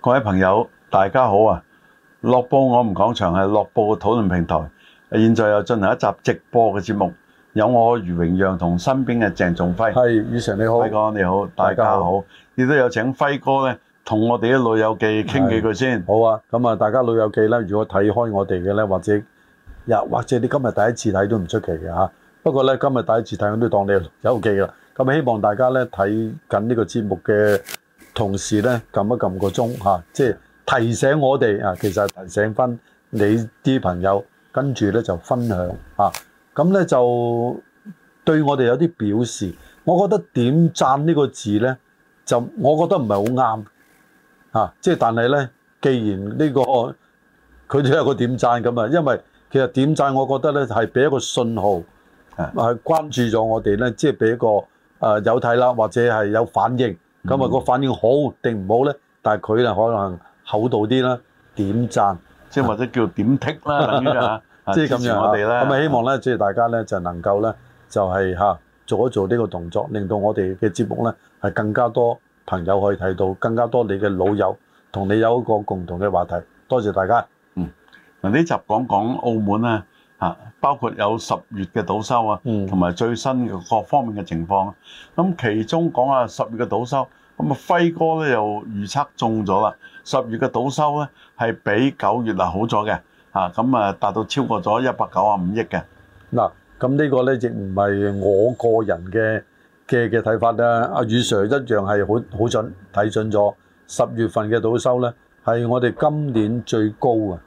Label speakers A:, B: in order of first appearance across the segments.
A: 各位朋友，大家好啊！樂報我們講場係樂報嘅討論平台，現在又進行一集直播嘅節目，有我余榮讓同身邊嘅鄭仲輝。
B: 係，宇成你好，
A: 輝哥你好，大家好，亦都有請輝哥咧，同我哋啲老友記傾幾句先。
B: 好啊！咁啊，大家老友記咧，如果睇開我哋嘅咧，或者又或者你今日第一次睇都唔出奇嘅嚇。不過咧，今日第一次睇我都當你係老友記啦。咁希望大家咧睇緊呢個節目嘅同時咧，撳一撳個鐘嚇，即係提醒我哋啊，其實係提醒翻你啲朋友，跟住咧就分享嚇。咁咧就對我哋有啲表示，我覺得點讚呢個字咧，就我覺得唔係好啱。啊！即係但係咧，既然呢、個佢都有個點讚咁啊，因為其實點讚我覺得咧係俾一個信號，
A: 啊
B: 係關注咗我哋咧，即係俾一個誒、呃有睇啦，或者係有反應。咁啊個反應好定唔好咧？但係佢咧可能厚道啲啦，點讚
A: 即係或者叫點剔啦，等於啊，啊
B: 即係咁
A: 支持
B: 樣
A: 我哋啦。
B: 咁啊希望咧，即係大家咧就能夠咧就係、嚇、做一做呢個動作，令到我哋嘅節目咧係更加多朋友可以睇到，更加多你嘅老友同你有一個共同嘅話題。多謝大家。
A: 嗱呢集講講澳門咧嚇，包括有十月嘅賭收啊，
B: 嗯
A: 同埋最新嘅各方面嘅情況。啊咁其中講下十月嘅賭收，咁啊輝哥咧又預測中咗啦。十月嘅賭收咧係比九月啊好咗嘅，嚇咁啊達到超過咗一百九啊五億嘅。
B: 嗱，咁呢個咧亦唔係我個人嘅嘅嘅睇法啦。阿宇 Sir 一樣係好好準睇準咗十月份嘅賭收咧，係我哋今年最高啊！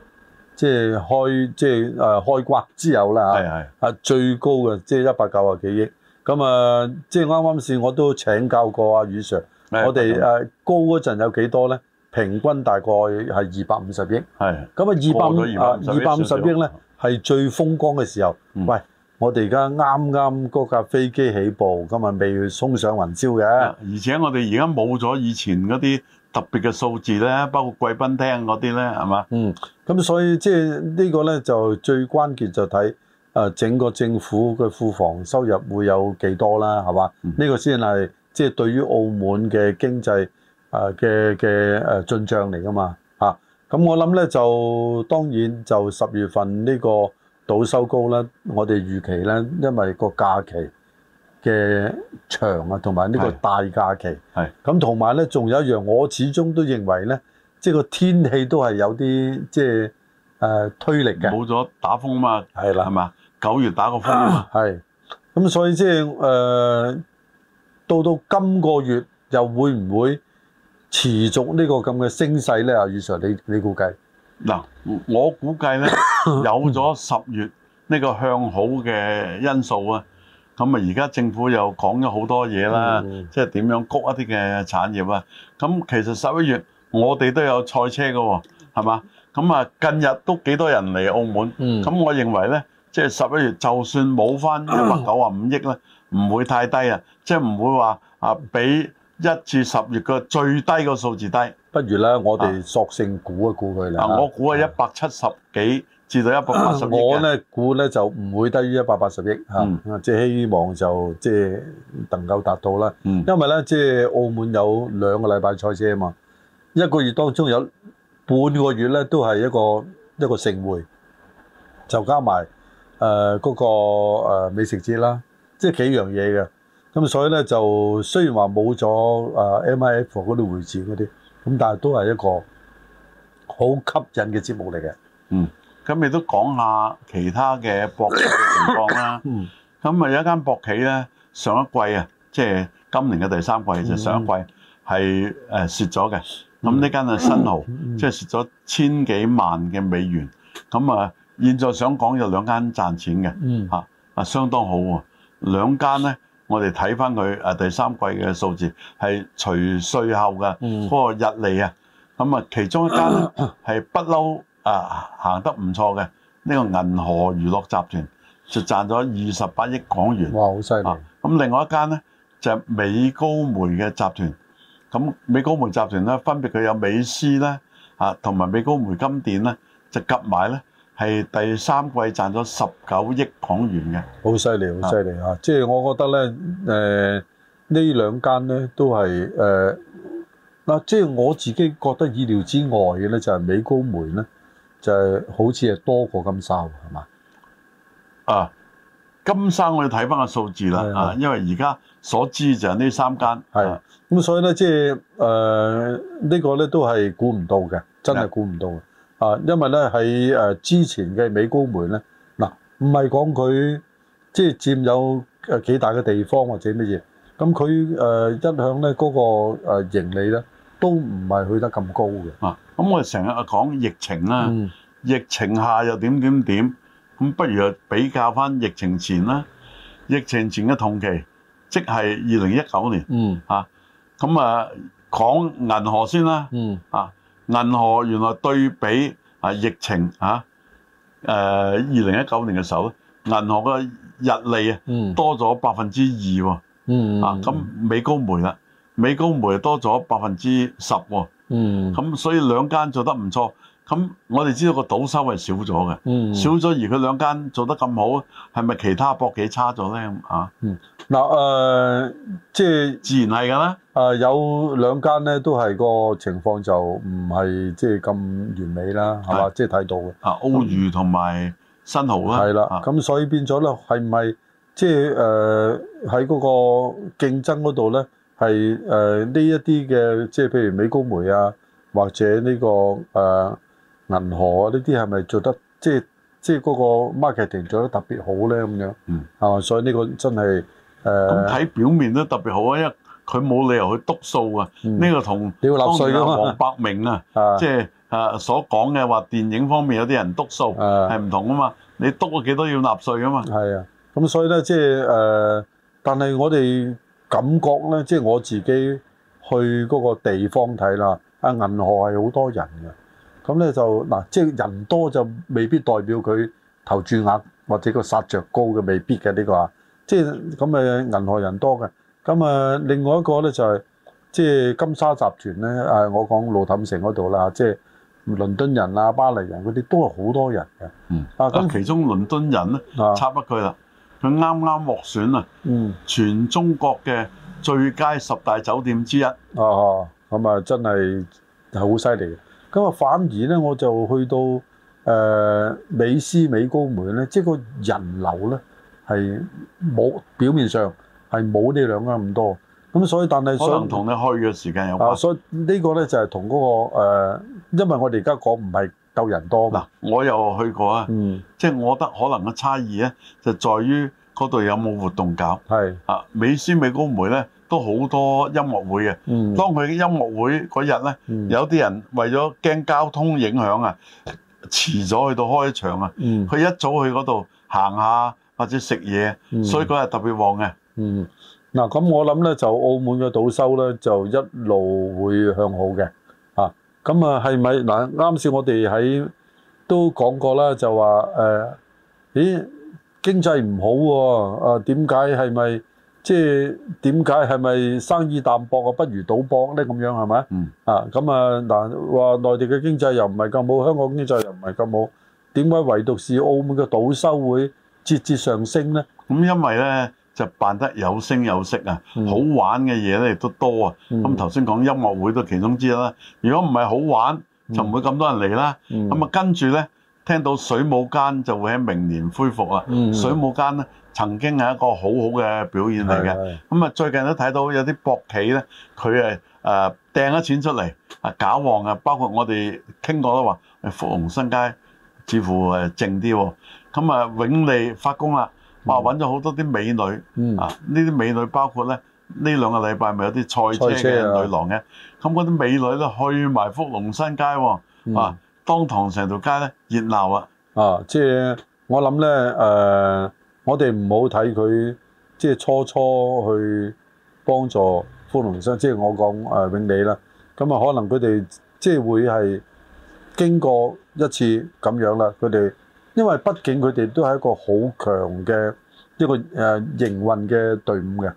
B: 即係開即係誒開關之後啦
A: 係
B: 嚇，
A: 係
B: 啊最高嘅即係一百九啊幾億。咁啊，即係啱啱先我都請教過阿宇 Sir，
A: 係
B: 我哋誒啊高嗰陣有幾多咧？平均大概係二百五十億。
A: 係
B: 咁啊，
A: 過
B: 二
A: 咗
B: 百啊二百五
A: 250
B: 十億咧係最風光嘅時候。
A: 嗯
B: 喂，我哋而家啱啱嗰架飛機起步，咁啊未衝上雲霄嘅。
A: 啊而且我哋而家冇咗以前嗰啲特別嘅數字咧，包括貴賓廳嗰啲咧，係嘛？
B: 嗯，咁所以即係呢個咧就最關鍵就睇誒、呃整個政府嘅庫房收入會有幾多啦，係嘛？
A: 嗯
B: 呢、個先係即係對於澳門嘅經濟誒嘅嘅誒進帳嚟㗎嘛嚇。啊咁、我諗咧就當然就十月份呢個賭收高啦，我哋預期咧，因為個假期嘅長啊，同埋呢個
A: 係
B: 大假期。
A: 係
B: 咁同埋咧，仲有一樣，我始終都認為咧，即係個天氣都係有啲即係誒、呃推力嘅，
A: 冇咗打風嘛，
B: 係
A: 係
B: 啦，
A: 嘛？九月打個風啊嘛。
B: 係。咁所以即係誒、呃到到今個月又會唔會持續呢個咁嘅升勢咧？阿宇 Sir，你你估計？
A: 嗱，我估計 咧有咗十月呢個向好嘅因素啊，咁啊而家政府又講咗好多嘢啦，
B: 嗯
A: 即係點樣谷一啲嘅產業啊。咁其實十一月我哋都有賽車嘅喎，係嘛？咁啊近日都幾多人嚟澳門，
B: 嗯
A: 咁、我認為咧，即係十一月就算冇 翻一百九啊五億咧，唔會太低啊，即係唔會話啊比一至十月嘅最低個數字低。
B: 不如咧，我哋索性估一估佢啦。
A: 啊嗱，我估係一百七十幾至到一百八十億
B: 啊我
A: 嘅，
B: 咧估咧就唔會低於一百八十億嚇，啊即係希望就即係能夠達到啦。
A: 嗯
B: 因為咧，即係澳門有兩個禮拜賽車啊嘛，一個月當中有半個月咧都係一個一個盛會，就加埋誒嗰個、呃、美食節啦，即係幾樣嘢嘅。咁所以咧就雖然話冇咗呃誒 MIF 嗰啲會展嗰啲，咁但係都係一個好吸引嘅節目嚟嘅。。
A: 嗯咁亦都講下其他嘅博企嘅情況啦
B: 嗯，
A: 咁啊有一間博企咧，上一季啊，即係今年嘅第三季
B: 嗯
A: 就上一季係呃誒蝕咗嘅。咁呢間啊新濠，
B: 嗯
A: 即係蝕咗千幾萬嘅美元。咁啊，現在想講有兩間賺錢嘅。
B: 嗯
A: 啊啊，相當好喎、兩間咧，我哋睇翻佢啊第三季嘅數字係除稅後嘅
B: 嗯
A: 嗰、個日利啊，咁啊其中一間 咧係不嬲啊行得唔錯嘅，呢、個銀河娛樂集團就賺咗二十八億港元
B: 哇，好犀利
A: 啊！咁另外一間咧就係、美高梅嘅集團，咁美高梅集團咧分別佢有美斯咧啊同埋美高梅金店咧就夾埋咧係第三季賺咗十九億港元嘅。
B: 好犀利，好犀利啊！呃即係我覺得咧，誒、呢兩間咧都係誒、呃嗱，即係我自己覺得意料之外嘅咧，就係美高梅咧，就係好似係多過金沙喎，係嘛？
A: 啊，金生我哋睇翻個數字啦
B: 係
A: 啊，因為而家所知就係呢三間
B: 係
A: 啊
B: 咁所以咧，即係誒呢個咧都係估唔到嘅，真係
A: 嗱
B: 估唔到嘅。啊，因為咧喺誒之前嘅美高梅咧，嗱唔係講佢即係佔有誒幾大嘅地方或者乜嘢，咁佢誒一向咧嗰個誒盈利咧都唔係去得咁高嘅。
A: 啊，咁我哋成日講疫情啦，
B: 嗯，
A: 疫情下又點點點，咁不如就比較翻疫情前啦，疫情前嘅同期，即係二零一九年
B: 嗯
A: 啊，咁啊講銀河先啦。
B: 嗯
A: 啊，銀河原來對比啊疫情啊，誒二零一九年嘅時候咧，銀河嘅日利啊
B: 嗯
A: 多咗百分之二喎，啊
B: 嗯
A: 咁美高梅啦，美高梅多咗百分之十喎，
B: 嗯
A: 咁所以兩間做得唔錯，咁我哋知道個賭收係少咗嘅，
B: 嗯
A: 少咗而佢兩間做得咁好，係咪其他博企差咗咧？啊，
B: 嗱誒，即係。
A: 自然係㗎啦，
B: 啊、有兩間咧都係個情況就唔係即係咁完美啦，係嘛？即係睇到嘅，
A: 啊澳娛同埋新濠啦，
B: 嗯係
A: 啊
B: 啦。咁所以變咗咧，係咪即係誒喺嗰個競爭嗰度咧，係誒呢一啲嘅，即係譬如美高梅啊，或者呢、個誒、呃、銀河啊，呢啲係咪做得即係即係嗰個 marketing 做得特別好咧？咁樣，
A: 嗯，
B: 係嘛？所以呢個真係
A: 咁
B: 誒，呃
A: 睇表面都特別好啊，因為佢冇理由去督數啊。
B: 嗯
A: 呢個同
B: 你要納稅㗎嘛
A: 黃百鳴啊，
B: 啊
A: 即係誒所講嘅話，電影方面有啲人督數
B: 啊
A: 係唔同啊嘛。你督咗幾多要納稅啊嘛。
B: 係啊，咁所以咧，即係誒、呃但係我哋感覺咧，即係我自己去嗰個地方睇啦，啊銀河係好多人嘅，咁咧就嗱，即係人多就未必代表佢投注額或者個殺着高嘅，未必嘅呢、個啊，即係咁呃誒銀河人多嘅，咁啊另外一個咧就係、即係金沙集團咧，誒我講路氹城嗰度啦，即係倫敦人啊、巴黎人嗰啲都係好多人嘅，
A: 嗯，
B: 啊
A: 咁
B: 咁
A: 其中倫敦人咧
B: 啊
A: 插一句啦，佢啱啱獲選啊，
B: 嗯。
A: 全中國嘅最佳十大酒店之一。
B: 啊，咁啊真係係好犀利嘅。咁啊，反而咧我就去到誒、呃美斯美高梅咧，即係個人流咧係冇表面上係冇呢兩間咁多。咁所以但係
A: 可能
B: 相
A: 同你去嘅時間有
B: 啊，
A: 關。
B: 所以呢個咧就係同嗰個、呃、因為我哋而家講唔係夠人多嘛
A: 嗱。，我又去過啊，
B: 嗯，
A: 即係我覺得可能嘅差異咧，就在於嗰度有冇活動搞。
B: 係，
A: 啊，美斯美高梅咧都好多音樂會嘅。
B: 嗯，
A: 當佢嘅音樂會嗰日咧，
B: 嗯
A: 有啲人為咗驚交通影響啊，遲咗去到開場啊，
B: 嗯
A: 佢一早去嗰度行下或者食嘢，
B: 嗯
A: 所以嗰日特別旺嘅。
B: 嗯，嗱，咁我諗咧就澳門嘅賭收咧就一路會向好嘅，啊，咁啊係咪嗱啱先我哋喺都講過啦，就話誒、呃咦經濟唔好喎、啊，點解係咪即係點解係咪生意淡薄啊？不如賭博咧咁樣係咪？
A: 嗯，
B: 啊，咁啊嗱，話內地嘅經濟又唔係咁好，香港經濟又唔係咁好，點解唯獨是澳門嘅賭收會節節上升咧？
A: 咁因為咧就辦得有聲有色啊，
B: 嗯
A: 好玩嘅嘢咧亦都多啊。
B: 嗯
A: 咁頭先講音樂會都其中之一啦。如果唔係好玩，就唔會咁多人嚟啦。
B: 嗯
A: 咁啊，跟住咧聽到水舞間就會喺明年恢復啊。
B: 嗯
A: 水舞間咧曾經係一個好好嘅表現嚟嘅。
B: 嘅。
A: 咁啊，最近都睇到有啲博企咧，佢誒誒掟咗錢出嚟啊，搞旺啊！包括我哋傾過啦，話誒福隆新街似乎誒靜啲喎。咁啊，永利發功啦，哇！揾咗好多啲美女
B: 嗯
A: 啊，呢啲美女包括咧呢兩個禮拜咪有啲賽
B: 賽
A: 車嘅
B: 車啊
A: 女郎嘅，咁嗰啲美女咧去埋福隆新街喎，
B: 嗯
A: 啊，當堂成條街咧熱鬧啊！
B: 啊，即係我諗咧，誒、我哋唔好睇佢即係初初去幫助福隆生，即係我講誒、永利啦。咁啊，可能佢哋即係會係經過一次咁樣啦。佢哋因為畢竟佢哋都係一個好強嘅一個誒、呃營運嘅隊伍嘅，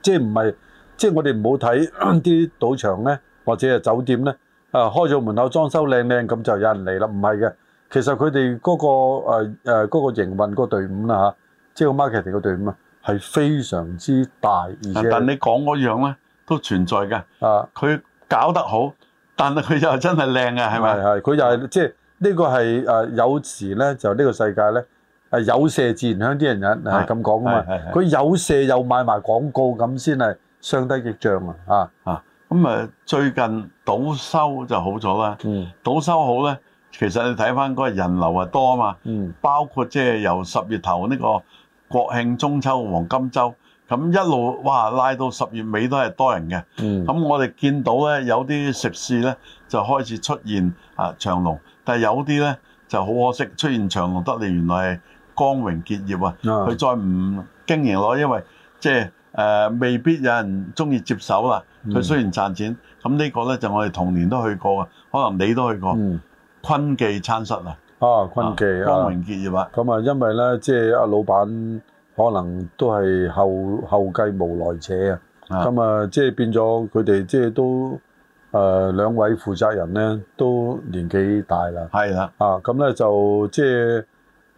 B: 即係唔係即係我哋唔好睇 啲賭場咧，或者係酒店咧，啊開咗門口裝修靚靚咁就有人嚟啦，唔係嘅。其實佢哋嗰個誒誒嗰個營運個隊伍啦嚇，即係個 marketing 個隊伍啊，係非常之大，而且
A: 但你講嗰樣咧都都存在嘅。
B: 啊，
A: 佢搞得好，但係佢又真係靚啊嘅，係
B: 係
A: 咪？
B: 係，佢就係即係呢個係誒有時咧，就呢個世界咧係有麝自然香啲人人係
A: 係
B: 咁講啊嘛
A: 係係，係
B: 佢有麝又賣埋廣告咁先係相低益彰啊！啊，
A: 啊，咁啊最近賭收就好咗啦。
B: 嗯
A: 賭收好咧，其實你睇翻嗰個人流啊多啊嘛。
B: 嗯
A: 包括即係由十月頭呢個國慶、中秋、黃金週，咁一路哇拉到十月尾都係多人嘅。
B: 嗯，
A: 咁我哋見到咧有啲食肆咧就開始出現啊長龍，但係有啲咧就好可惜出現長龍得嚟，原來係光榮結業啊！
B: 啊
A: 佢再唔經營落，因為即係誒未必有人中意接手啦。
B: 嗯
A: 佢雖然賺錢，咁呢個咧就我哋童年都去過啊，可能你都去過
B: 嗯
A: 坤記餐室啊，
B: 啊，坤記
A: 啊
B: 啊
A: 光。榮結業啊！
B: 咁啊，因為咧，即係阿老闆可能都係後後繼無來者啊。
A: 啊
B: 咁啊，即係變咗佢哋即係都誒、呃、兩位負責人咧，都年紀大啦。
A: 係啦。
B: 啊，咁咧就即係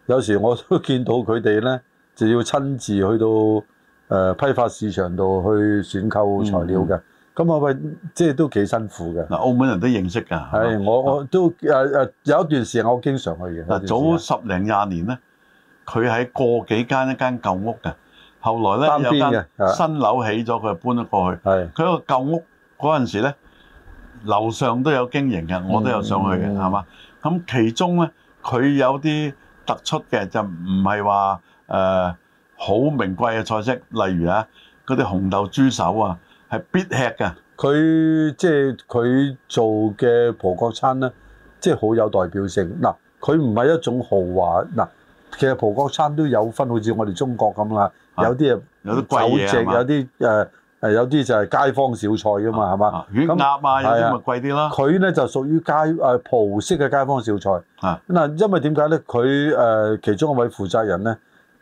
B: 有時我都見到佢哋咧，就要親自去到誒、呃批發市場度去選購材料嘅。
A: 嗯
B: 咁啊喂，即係都幾辛苦嘅。
A: 嗱，澳門人都認識㗎。
B: 係，我我都誒誒有一段時間我經常去嘅。有
A: 嗱
B: 段時，間
A: 早十零廿年咧，佢喺過幾間一間舊屋嘅，後來
B: 單
A: 咧有
B: 邊嘅
A: 間
B: 啊
A: 新樓起咗，佢就搬咗過去。
B: 係。
A: 佢個舊屋嗰陣時咧，樓上都有經營嘅，我都有上去嘅，
B: 嗯
A: 係嘛？咁其中咧，佢有啲突出嘅就唔係話誒好名貴嘅菜式，例如啊嗰啲紅豆豬手啊，係必吃嘅。
B: 佢即係佢做嘅葡國餐咧，即係好有代表性。嗱，佢唔係一種豪華嗱，其實葡國餐都有分，好似我哋中國咁啦，
A: 啊
B: 有啲啊
A: 有啲貴嘢
B: 酒席，
A: 係嘛
B: 有啲誒誒，有啲就係街坊小菜噶嘛，係嘛
A: 啊？血鴨啊，有
B: 係
A: 啲
B: 啊
A: 咪貴啲啦。
B: 佢咧就屬於街誒葡式嘅街坊小菜。
A: 啊
B: 嗱，因為點解咧？佢誒其中一位負責人咧，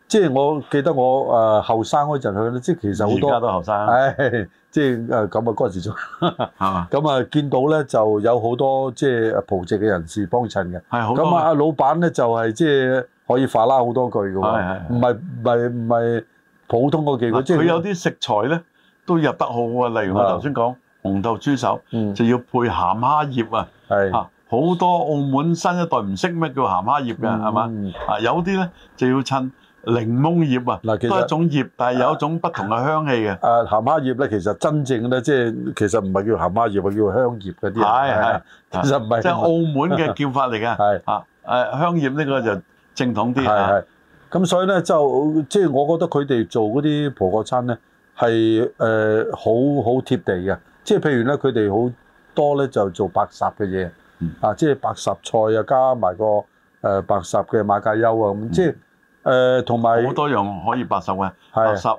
B: 即係我記得我誒呃後生嗰陣去咧，即係其實好
A: 而家
B: 多，
A: 都後生，
B: 唉，即係誒咁啊嗰陣時仲。
A: 係嘛？
B: 咁啊，見到咧就有好多即係葡籍嘅人士幫襯嘅。
A: 係好多
B: 咁啊，
A: 嘅。
B: 阿老闆咧就係即係可以化啦好多句嘅
A: 係
B: 喎
A: 係，係
B: 唔係唔係唔係普通嗰幾
A: 嗱
B: 個，即係
A: 佢有啲食材咧都入得好啊，例如我
B: 啊
A: 頭先講紅豆豬手
B: 嗯
A: 就要配鹹蝦葉啊，
B: 係
A: 啊好多澳門新一代唔識咩叫鹹蝦葉嘅係嘛
B: 嗯
A: 啊，有啲咧就要襯檸檬葉啊，
B: 嗱其實
A: 都係一種葉，但係有一種不同嘅香氣嘅。
B: 誒啊鹹蝦葉咧，其實真正咧即係其實唔係叫鹹蝦葉，係叫香葉嗰啲人。
A: 係係
B: 啊其實唔係
A: 即係澳門嘅叫法嚟嘅。
B: 係
A: 啊誒香葉呢個就正統啲
B: 係
A: 啊。
B: 係。咁所以咧就即係我覺得佢哋做嗰啲葡國餐咧係誒好好貼地嘅，即係譬如咧佢哋好多咧就做白霎嘅嘢，
A: 嗯
B: 啊即係白霎菜啊加埋個誒、呃白霎嘅馬介休啊咁，即係誒同埋
A: 嗯好多樣可以白烚嘅，
B: 係
A: 白烚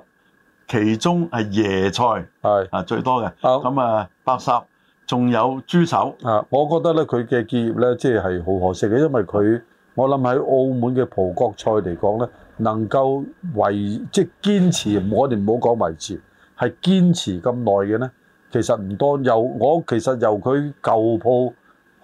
A: 其中係椰菜
B: 係
A: 啊最多嘅，
B: 啊
A: 咁啊白烚仲有豬手，
B: 啊，我覺得咧佢嘅結業咧，即係係好可惜嘅，因為佢我諗喺澳門嘅葡國菜嚟講咧，能夠維即係堅持，我哋唔好講維持，係堅持咁耐嘅咧，其實唔多。由我其實由佢舊鋪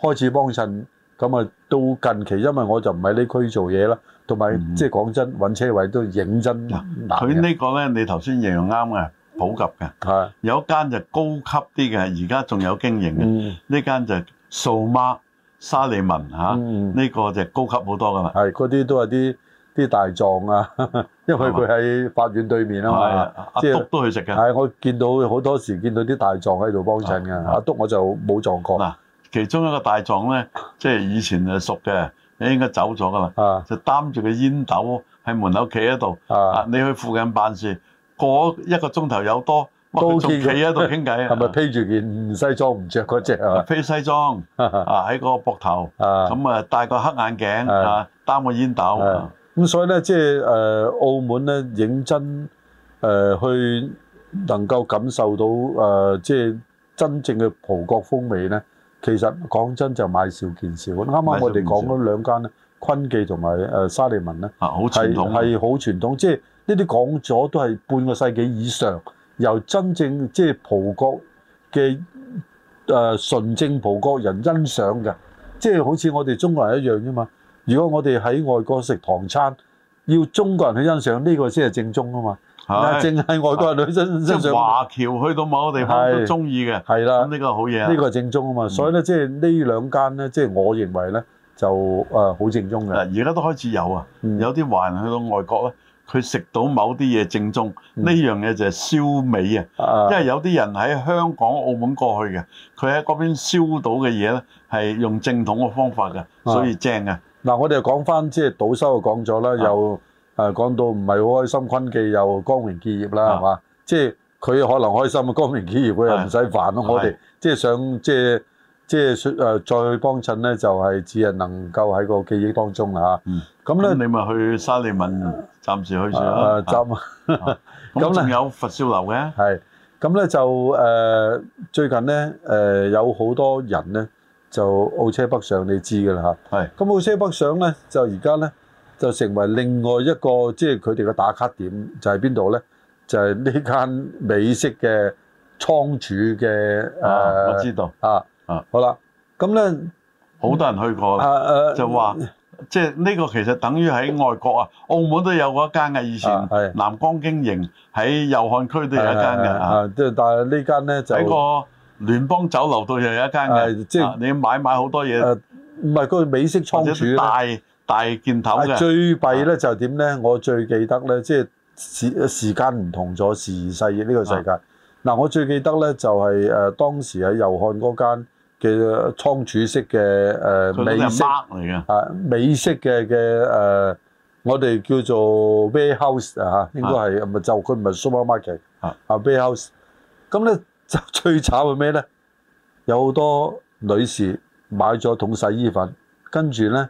B: 開始幫襯，咁啊到近期，因為我就唔喺呢區做嘢啦，同埋、
A: 嗯
B: 即係講真揾車位都認真難
A: 佢
B: 嘅，
A: 呢個咧你頭先形容啱嘅，普及嘅。
B: 係啊
A: 有一間就高級啲嘅，而家仲有經營嘅。
B: 嗯
A: 呢間就數碼沙利文嚇，呢、
B: 嗯
A: 個就高級好多噶啦。
B: 係嗰啲都係啲啲大狀啊， 因為佢喺法院對面啊
A: 係
B: 嘛。
A: 啊阿
B: 即係
A: 督都去食嘅。
B: 係，我見到好多時見到啲大狀喺度幫襯嘅，
A: 啊
B: 阿篤我就冇撞過。
A: 嗱，其中一個大狀咧，即係以前就熟嘅，你應該走咗噶啦，
B: 啊
A: 就擔住個煙斗喺門口企喺度。啊
B: 啊，，
A: 你去附近辦事，過一個鐘頭有多，哇
B: 都
A: 佢仲
B: 見
A: 企
B: 佢
A: 喺度傾偈。
B: 係咪披住件西裝唔着嗰只
A: 啊
B: 啊？
A: 披西裝啊？喺個膊頭，
B: 啊，
A: 咁啊戴個黑眼鏡
B: 係
A: 啊，擔個煙斗。
B: 係
A: 啊
B: 咁所以咧，即係誒呃澳門咧，認真誒去能夠感受到誒，即係真正嘅葡國風味咧。其實講真就買少見少。啱
A: 買
B: 啱
A: 少
B: 我哋
A: 見
B: 講
A: 少
B: 嗰兩間咧，坤記同埋誒沙利文咧。
A: 啊，好傳
B: 係
A: 統嘅。
B: 係好傳統，即係呢啲講咗都係半個世紀以上，由真正即係葡國嘅誒、呃、純正葡國人欣賞嘅，即係好似我哋中國人一樣啫嘛。如果我哋喺外國食唐餐，要中國人去欣賞呢、個先係正宗啊嘛。
A: 係
B: 淨係外國人女身
A: 哎即
B: 身
A: 係
B: 上，
A: 華僑去到某個地方都
B: 係
A: 中意嘅，
B: 係啦
A: 咁，呢個好嘢啊。
B: 呢個係正宗啊嘛。所以咧，即係呢兩間咧，即係我認為咧就誒好正宗
A: 嗱，
B: 嘅。
A: 而家都開始有啊，
B: 嗯
A: 有啲華人去到外國咧，佢食到某啲嘢正宗，
B: 嗯
A: 呢樣嘢就係燒味啊。因
B: 啊
A: 為有啲人喺香港、澳門過去嘅，佢喺嗰邊燒到嘅嘢咧係用正統嘅方法
B: 啊
A: 嘅，所以正啊嘅。
B: 嗱，我哋又講翻即係賭收就講咗啦，
A: 啊
B: 又誒講到唔係好開心，坤記又光榮結業啦，
A: 啊
B: 係嘛？即係佢可能開心啊，光榮結業佢又唔使煩咯。
A: 係
B: 我哋即係想即係即係誒再去幫襯咧，就係只係能夠喺個記憶當中啦
A: 嗯
B: 嚇。咁啊
A: 咁啊
B: 咧。
A: 你咪去沙利文，暫時去住啦
B: 誒。執
A: 咁
B: 咁
A: 仲
B: 咧
A: 有佛燒樓嘅，
B: 係咁咧就誒、呃最近咧誒、呃有好多人咧就澳車北上，你知㗎啦嚇。
A: 係
B: 咁澳車北上咧就而家咧就成為另外一個即係佢哋嘅打卡點，就係邊度咧？就係呢間美式嘅倉儲嘅誒
A: 啊我知道，
B: 啊
A: 啊
B: 好啦，咁咧
A: 好多人去過啦。
B: 啊誒
A: 就話即係呢個其實等於喺外國啊，澳門都有嗰間嘅，以前
B: 啊係
A: 南江經營喺右漢區都有一間嘅啊，
B: 啊，即係但係呢間咧就
A: 喺個聯邦酒樓度又有一間嘅，
B: 係即係
A: 啊你買買好多嘢，
B: 誒呃唔係佢美式
A: 或
B: 倉
A: 者啲
B: 儲呢
A: 大大件頭
B: 啊
A: 嘅，
B: 最弊咧就係點咧？我最記得咧，即係時時間唔同咗，時勢呢個世界。
A: 啊
B: 嗱、我最記得咧就係、誒、當時喺右漢嗰間嘅倉儲式嘅誒
A: 佢嗰啲
B: 美
A: 係
B: 式
A: mark 嚟嘅，
B: 啊美式嘅嘅誒，我哋叫做 warehouse 啊嚇，應該係咪就佢唔係 supermarket
A: 啊
B: 啊 warehouse。咁咧就 最慘係咩咧？有好多女士買咗桶洗衣粉，跟住咧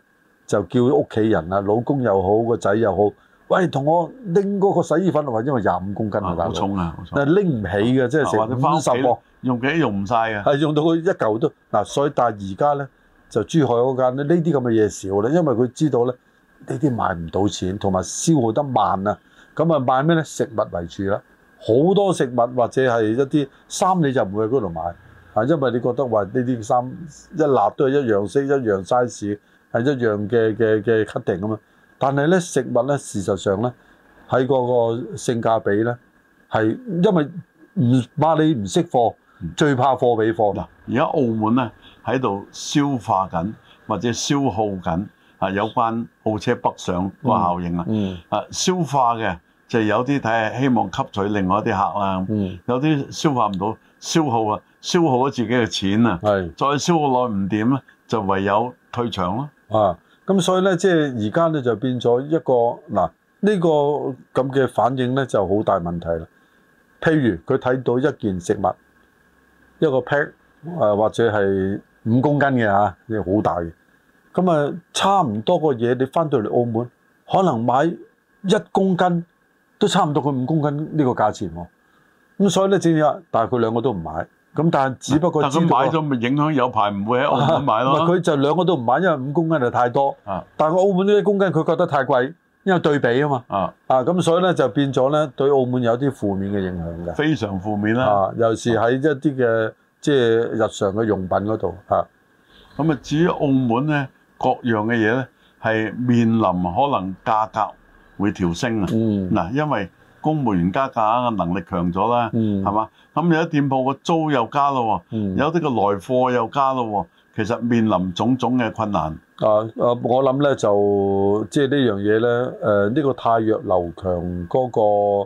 B: 就叫屋企人啊，老公又好，個仔又好，喂，同我拎嗰個洗衣粉，話因為廿五公斤
A: 啊
B: 啊，大
A: 好
B: 佬，
A: 重啊，好重
B: 但係拎唔起嘅，即係
A: 啊或者翻屋
B: 成五
A: 企
B: 十磅。
A: 用幾都用唔晒嘅，
B: 係用到佢一嚿都嗱，所以但係而家咧就珠海嗰間咧呢啲咁嘅嘢少咧，因為佢知道咧呢啲賣唔到錢，同埋消耗得慢啊。咁啊賣咩咧？食物為主啦，好多食物或者係一啲衫你就唔會喺嗰度買啊，因為你覺得話呢啲衫一立都係一樣色、一樣 size、係一樣嘅嘅嘅 cutting 咁啊。但係咧食物咧，事實上咧喺嗰個性價比咧係因為唔怕你唔識貨，最怕貨比貨。
A: 嗱，而家澳門咧喺度消化緊或者消耗緊啊有關澳車北上個效應啊。
B: 嗯
A: 啊消化嘅就有啲睇下希望吸取另外一啲客啦，
B: 嗯
A: 有啲消化唔到，消耗啊，消耗咗自己嘅錢啊，
B: 係
A: 再消耗耐唔掂咧，就唯有退場咯。
B: 啊，咁所以咧，即係而家咧就變咗一個嗱，呢、個咁嘅反應咧就好大問題啦。譬如佢睇到一件食物，一個 pack 誒、呃或者係五公斤嘅嚇，你好大嘅，咁啊差唔多個嘢，你翻到嚟澳門可能買一公斤都差唔多佢五公斤呢個價錢喎。咁所以咧，正正啊，但係佢兩個都唔買，咁但係只不過
A: 但
B: 知
A: 佢
B: 道
A: 買
B: 啊
A: 咗咪影響有排唔會喺澳 門買
B: 唔係
A: 咯。
B: 佢就兩個都唔買，因為五公斤就太多。
A: 啊
B: 但係澳門呢一公斤佢覺得太貴，因為對比啊嘛。
A: 啊，
B: 啊，咁所以咧就變咗咧對澳門有啲負面嘅影響嘅。
A: 非常負面啦。
B: 啊，尤其是喺一啲嘅即係日常嘅用品嗰度啊。
A: 咁啊，至於澳門咧，各樣嘅嘢咧係面臨可能價格會調升啊。
B: 嗯，
A: 嗱，因為公務員加價嘅能力強咗啦，
B: 嗯
A: 係嘛？咁有啲店鋪個租又加咯喎。
B: 嗯
A: 有啲個來貨又加咯喎，其實面臨種種嘅困難。
B: 啊啊，我諗咧就即係呢樣嘢咧，誒、呢個太弱流強嗰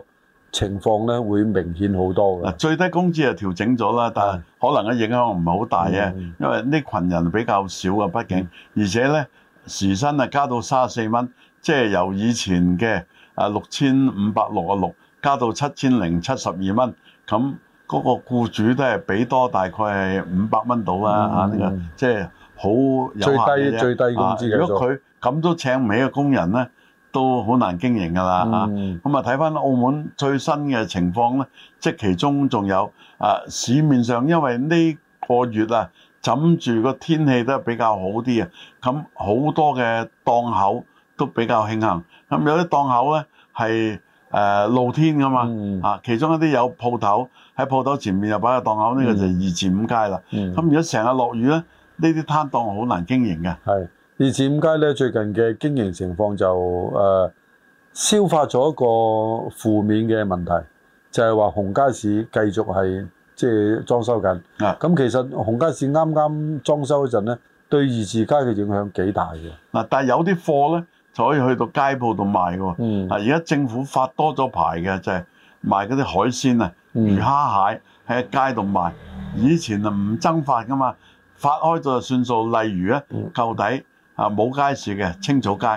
B: 個情況咧會明顯好多
A: 嗱，
B: 嘅。啊
A: 最低工資係調整咗啦，但係可能嘅影響唔係好大嘅，
B: 嗯
A: 因為呢群人比較少啊，畢竟而且呢時薪啊加到三十四蚊，即係由以前嘅啊六千五百六啊六加到七千零七十二蚊，咁嗰個僱主都係俾多大概係五百蚊到啦
B: 嗯
A: 啊呢個
B: 嗯
A: 即係好有限嘅啫
B: 最低最低工資嘅
A: 啊如果佢咁都請唔起嘅工人呢，都好難經營㗎啦啊！
B: 嗯
A: 咁啊，睇翻澳門最新嘅情況咧，即係其中仲有啊市面上，因為呢個月啊，枕住個天氣都比較好啲啊，咁好多嘅檔口都比較慶幸。咁有啲檔口咧係誒露天噶嘛，
B: 嗯
A: 啊，其中一啲有鋪頭喺鋪頭前面又擺個檔口，呢、個就二至五街啦。
B: 嗯
A: 咁如果成日落雨咧，呢啲攤檔好難經營嘅。
B: 係，二至五街咧最近嘅經營情況就誒、呃消化咗一個負面嘅問題，就係話紅街市繼續係即係裝修緊。
A: 啊
B: 咁其實紅街市啱啱裝修嗰陣咧，對二字街嘅影響幾大嘅。
A: 嗱，但係有啲貨咧就可以去到街鋪度賣嘅喎。
B: 嗯
A: 嗱，啊而家政府發多咗牌嘅就係、賣嗰啲海鮮啊、
B: 嗯
A: 魚蝦蟹喺街度賣。以前啊唔增發噶嘛，發開咗就算數。例如咧
B: 嗯，
A: 舊底啊冇街市嘅青草街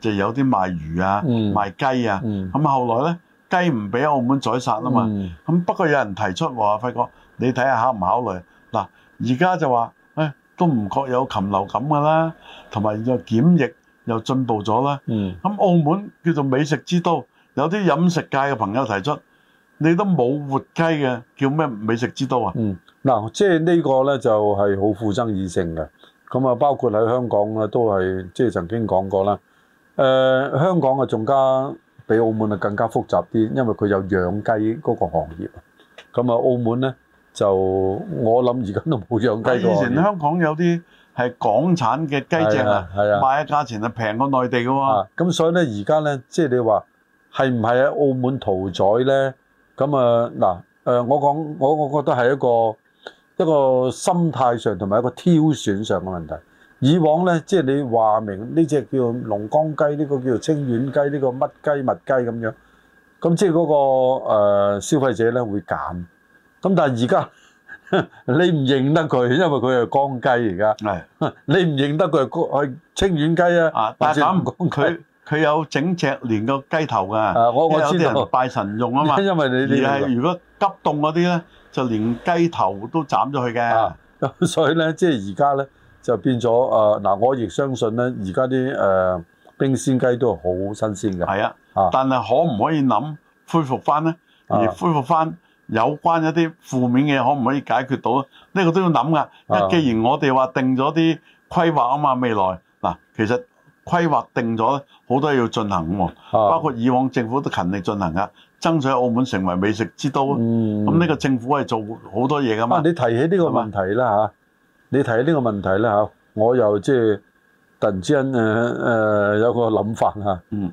A: 就有啲賣魚啊、
B: 嗯
A: 賣雞啊。
B: 嗯
A: 咁後來咧雞唔俾澳門宰殺啊嘛。
B: 嗯
A: 咁不過有人提出話，輝哥，你睇下考唔考慮？嗱，而家就話，誒、都唔覺有禽流感㗎啦，同埋又檢疫又進步咗啦。
B: 嗯
A: 咁澳門叫做美食之都，有啲飲食界嘅朋友提出，你都冇活雞嘅，叫咩美食之都啊？
B: 嗯，嗱，即係呢個咧就係好富爭議性嘅。咁啊，包括喺香港咧都係即係曾經講過啦。誒、香港啊，仲加比澳門啊更加複雜啲，因為佢有養雞嗰個行業。咁啊，澳門咧就我諗而家都冇養
A: 以
B: 雞個行
A: 前
B: 業。
A: 香港有啲係港產嘅雞隻啊，
B: 係啊係啊
A: 賣嘅價錢係平過內地嘅喎。
B: 啊，咁所以咧，而家咧，即係你話係唔係喺澳門屠宰咧？咁啊，嗱，誒、我講我我覺得係一個一個心態上同埋一個挑選上嘅問題。以往咧，即係你話明呢只叫龍江雞，呢、個叫做清遠雞，呢、個乜雞乜雞咁樣，咁即係嗰、個、呃、消費者咧會揀。咁但係而家 你唔認得佢，因為佢係江雞而家，
A: 係
B: 你唔認得佢係江係清遠雞啊，
A: 啊，但係
B: 或者
A: 咁
B: 龍江雞
A: 佢佢有整隻連個雞頭㗎，
B: 啊我我
A: 因為有
B: 知
A: 啲
B: 道
A: 人拜神用啊 嘛。
B: 因為你
A: 而係
B: 你
A: 如果急凍嗰啲咧，就連雞頭都斬咗佢嘅
B: 啊。，咁所以咧， 即係而家咧就變咗誒嗱，我亦相信咧，而家啲誒冰鮮雞都係好新鮮嘅。
A: 係啊
B: 啊，
A: 但係可唔可以諗恢復翻咧？
B: 啊
A: 而恢復翻有關一啲負面嘅，可唔可以解決到咧？呢個都要諗
B: 啊
A: 噶。因為既然我哋話定咗啲規劃啊嘛，未來嗱，其實規劃定咗咧，好多嘢要進行
B: 啊
A: 喎。包
B: 包
A: 括以往政府都勤力進行噶，爭取澳門成為美食之都啊。
B: 嗯
A: 咁呢個政府係做好多嘢噶嘛
B: 啊，。你提起呢個
A: 係嘛
B: 問題啦嚇，你提起呢個問題啦嚇，我又即係突然之間誒誒、呃有個諗法嚇。
A: 嗯。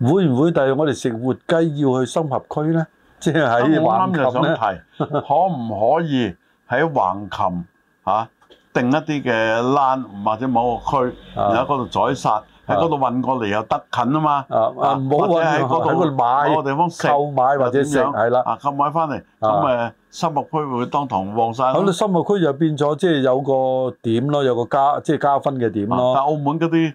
B: 會唔會第日我哋食活雞要去深合區咧？即係喺
A: 咁我啊啱
B: 橫
A: 就
B: 琴
A: 想
B: 咧？
A: 提，可唔可以喺橫琴嚇、啊定一啲嘅欄或者某個區，
B: 啊
A: 然後喺嗰度宰殺，喺嗰度運過嚟又得近啊嘛。
B: 啊啊！唔
A: 或
B: 好話
A: 者喺
B: 喺
A: 嗰
B: 嗰
A: 度
B: 度買
A: 某個地方食
B: 購買或者食
A: 又點樣
B: 係啦。
A: 啊，購買翻嚟，咁誒深入區會當堂旺晒啦。
B: 咁你
A: 啊
B: 深入區就變咗，即係有個點咯，有個加即係加分嘅點
A: 但
B: 咯，
A: 澳門嗰啲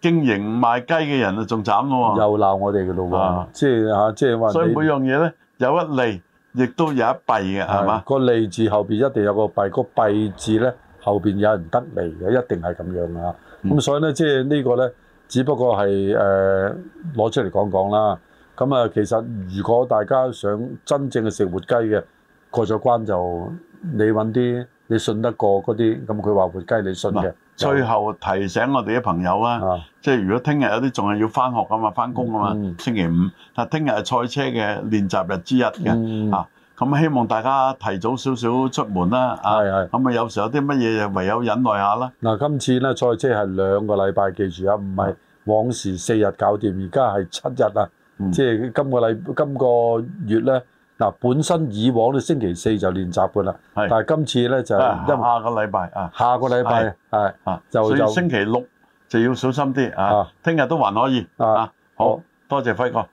A: 經營賣雞嘅人啊，仲慘咯
B: 又鬧我哋嘅咯
A: 啊
B: 喎，即係嚇，即係話
A: 喎。
B: 你
A: 所以每樣嘢咧有一利，亦都有一弊嘅，係嘛？
B: 個利字後邊一定有個弊，個弊字咧後邊有人得利嘅，一定係咁樣啊。咁、
A: 嗯
B: 所以咧，即係呢個咧，只不過係誒攞出嚟講講啦。咁啊，其實如果大家想真正嘅食活雞嘅，過咗關就你揾啲你信得過嗰啲，咁佢話活雞你信
A: 啊
B: 嘅，
A: 最後提醒我哋啲朋友啊。
B: 啊
A: 即係如果聽日有啲仲係要翻學啊嘛，翻工啊嘛
B: 嗯，
A: 星期五，但聽日係賽車嘅練習日之一嘅，
B: 嗯
A: 啊咁希望大家提早少少出門啦，啊，
B: 係係
A: 咁啊有時候有啲乜嘢就唯有忍耐下啦，
B: 嗱，今次咧賽車係兩個禮拜，記住啊，唔係往時四日搞掂，而家係七日啊，
A: 嗯
B: 即係今個禮今個月咧，嗱本身以往咧星期四就練習噶啦，
A: 係
B: 但係今次咧就
A: 啊
B: 因為
A: 下個禮拜啊，
B: 下個禮拜係
A: 啊，
B: 就
A: 所以
B: 就
A: 星期六就要小心啲啊
B: 啊，
A: 聽日都還可以
B: 啊
A: 啊，好
B: 好
A: 多謝輝哥。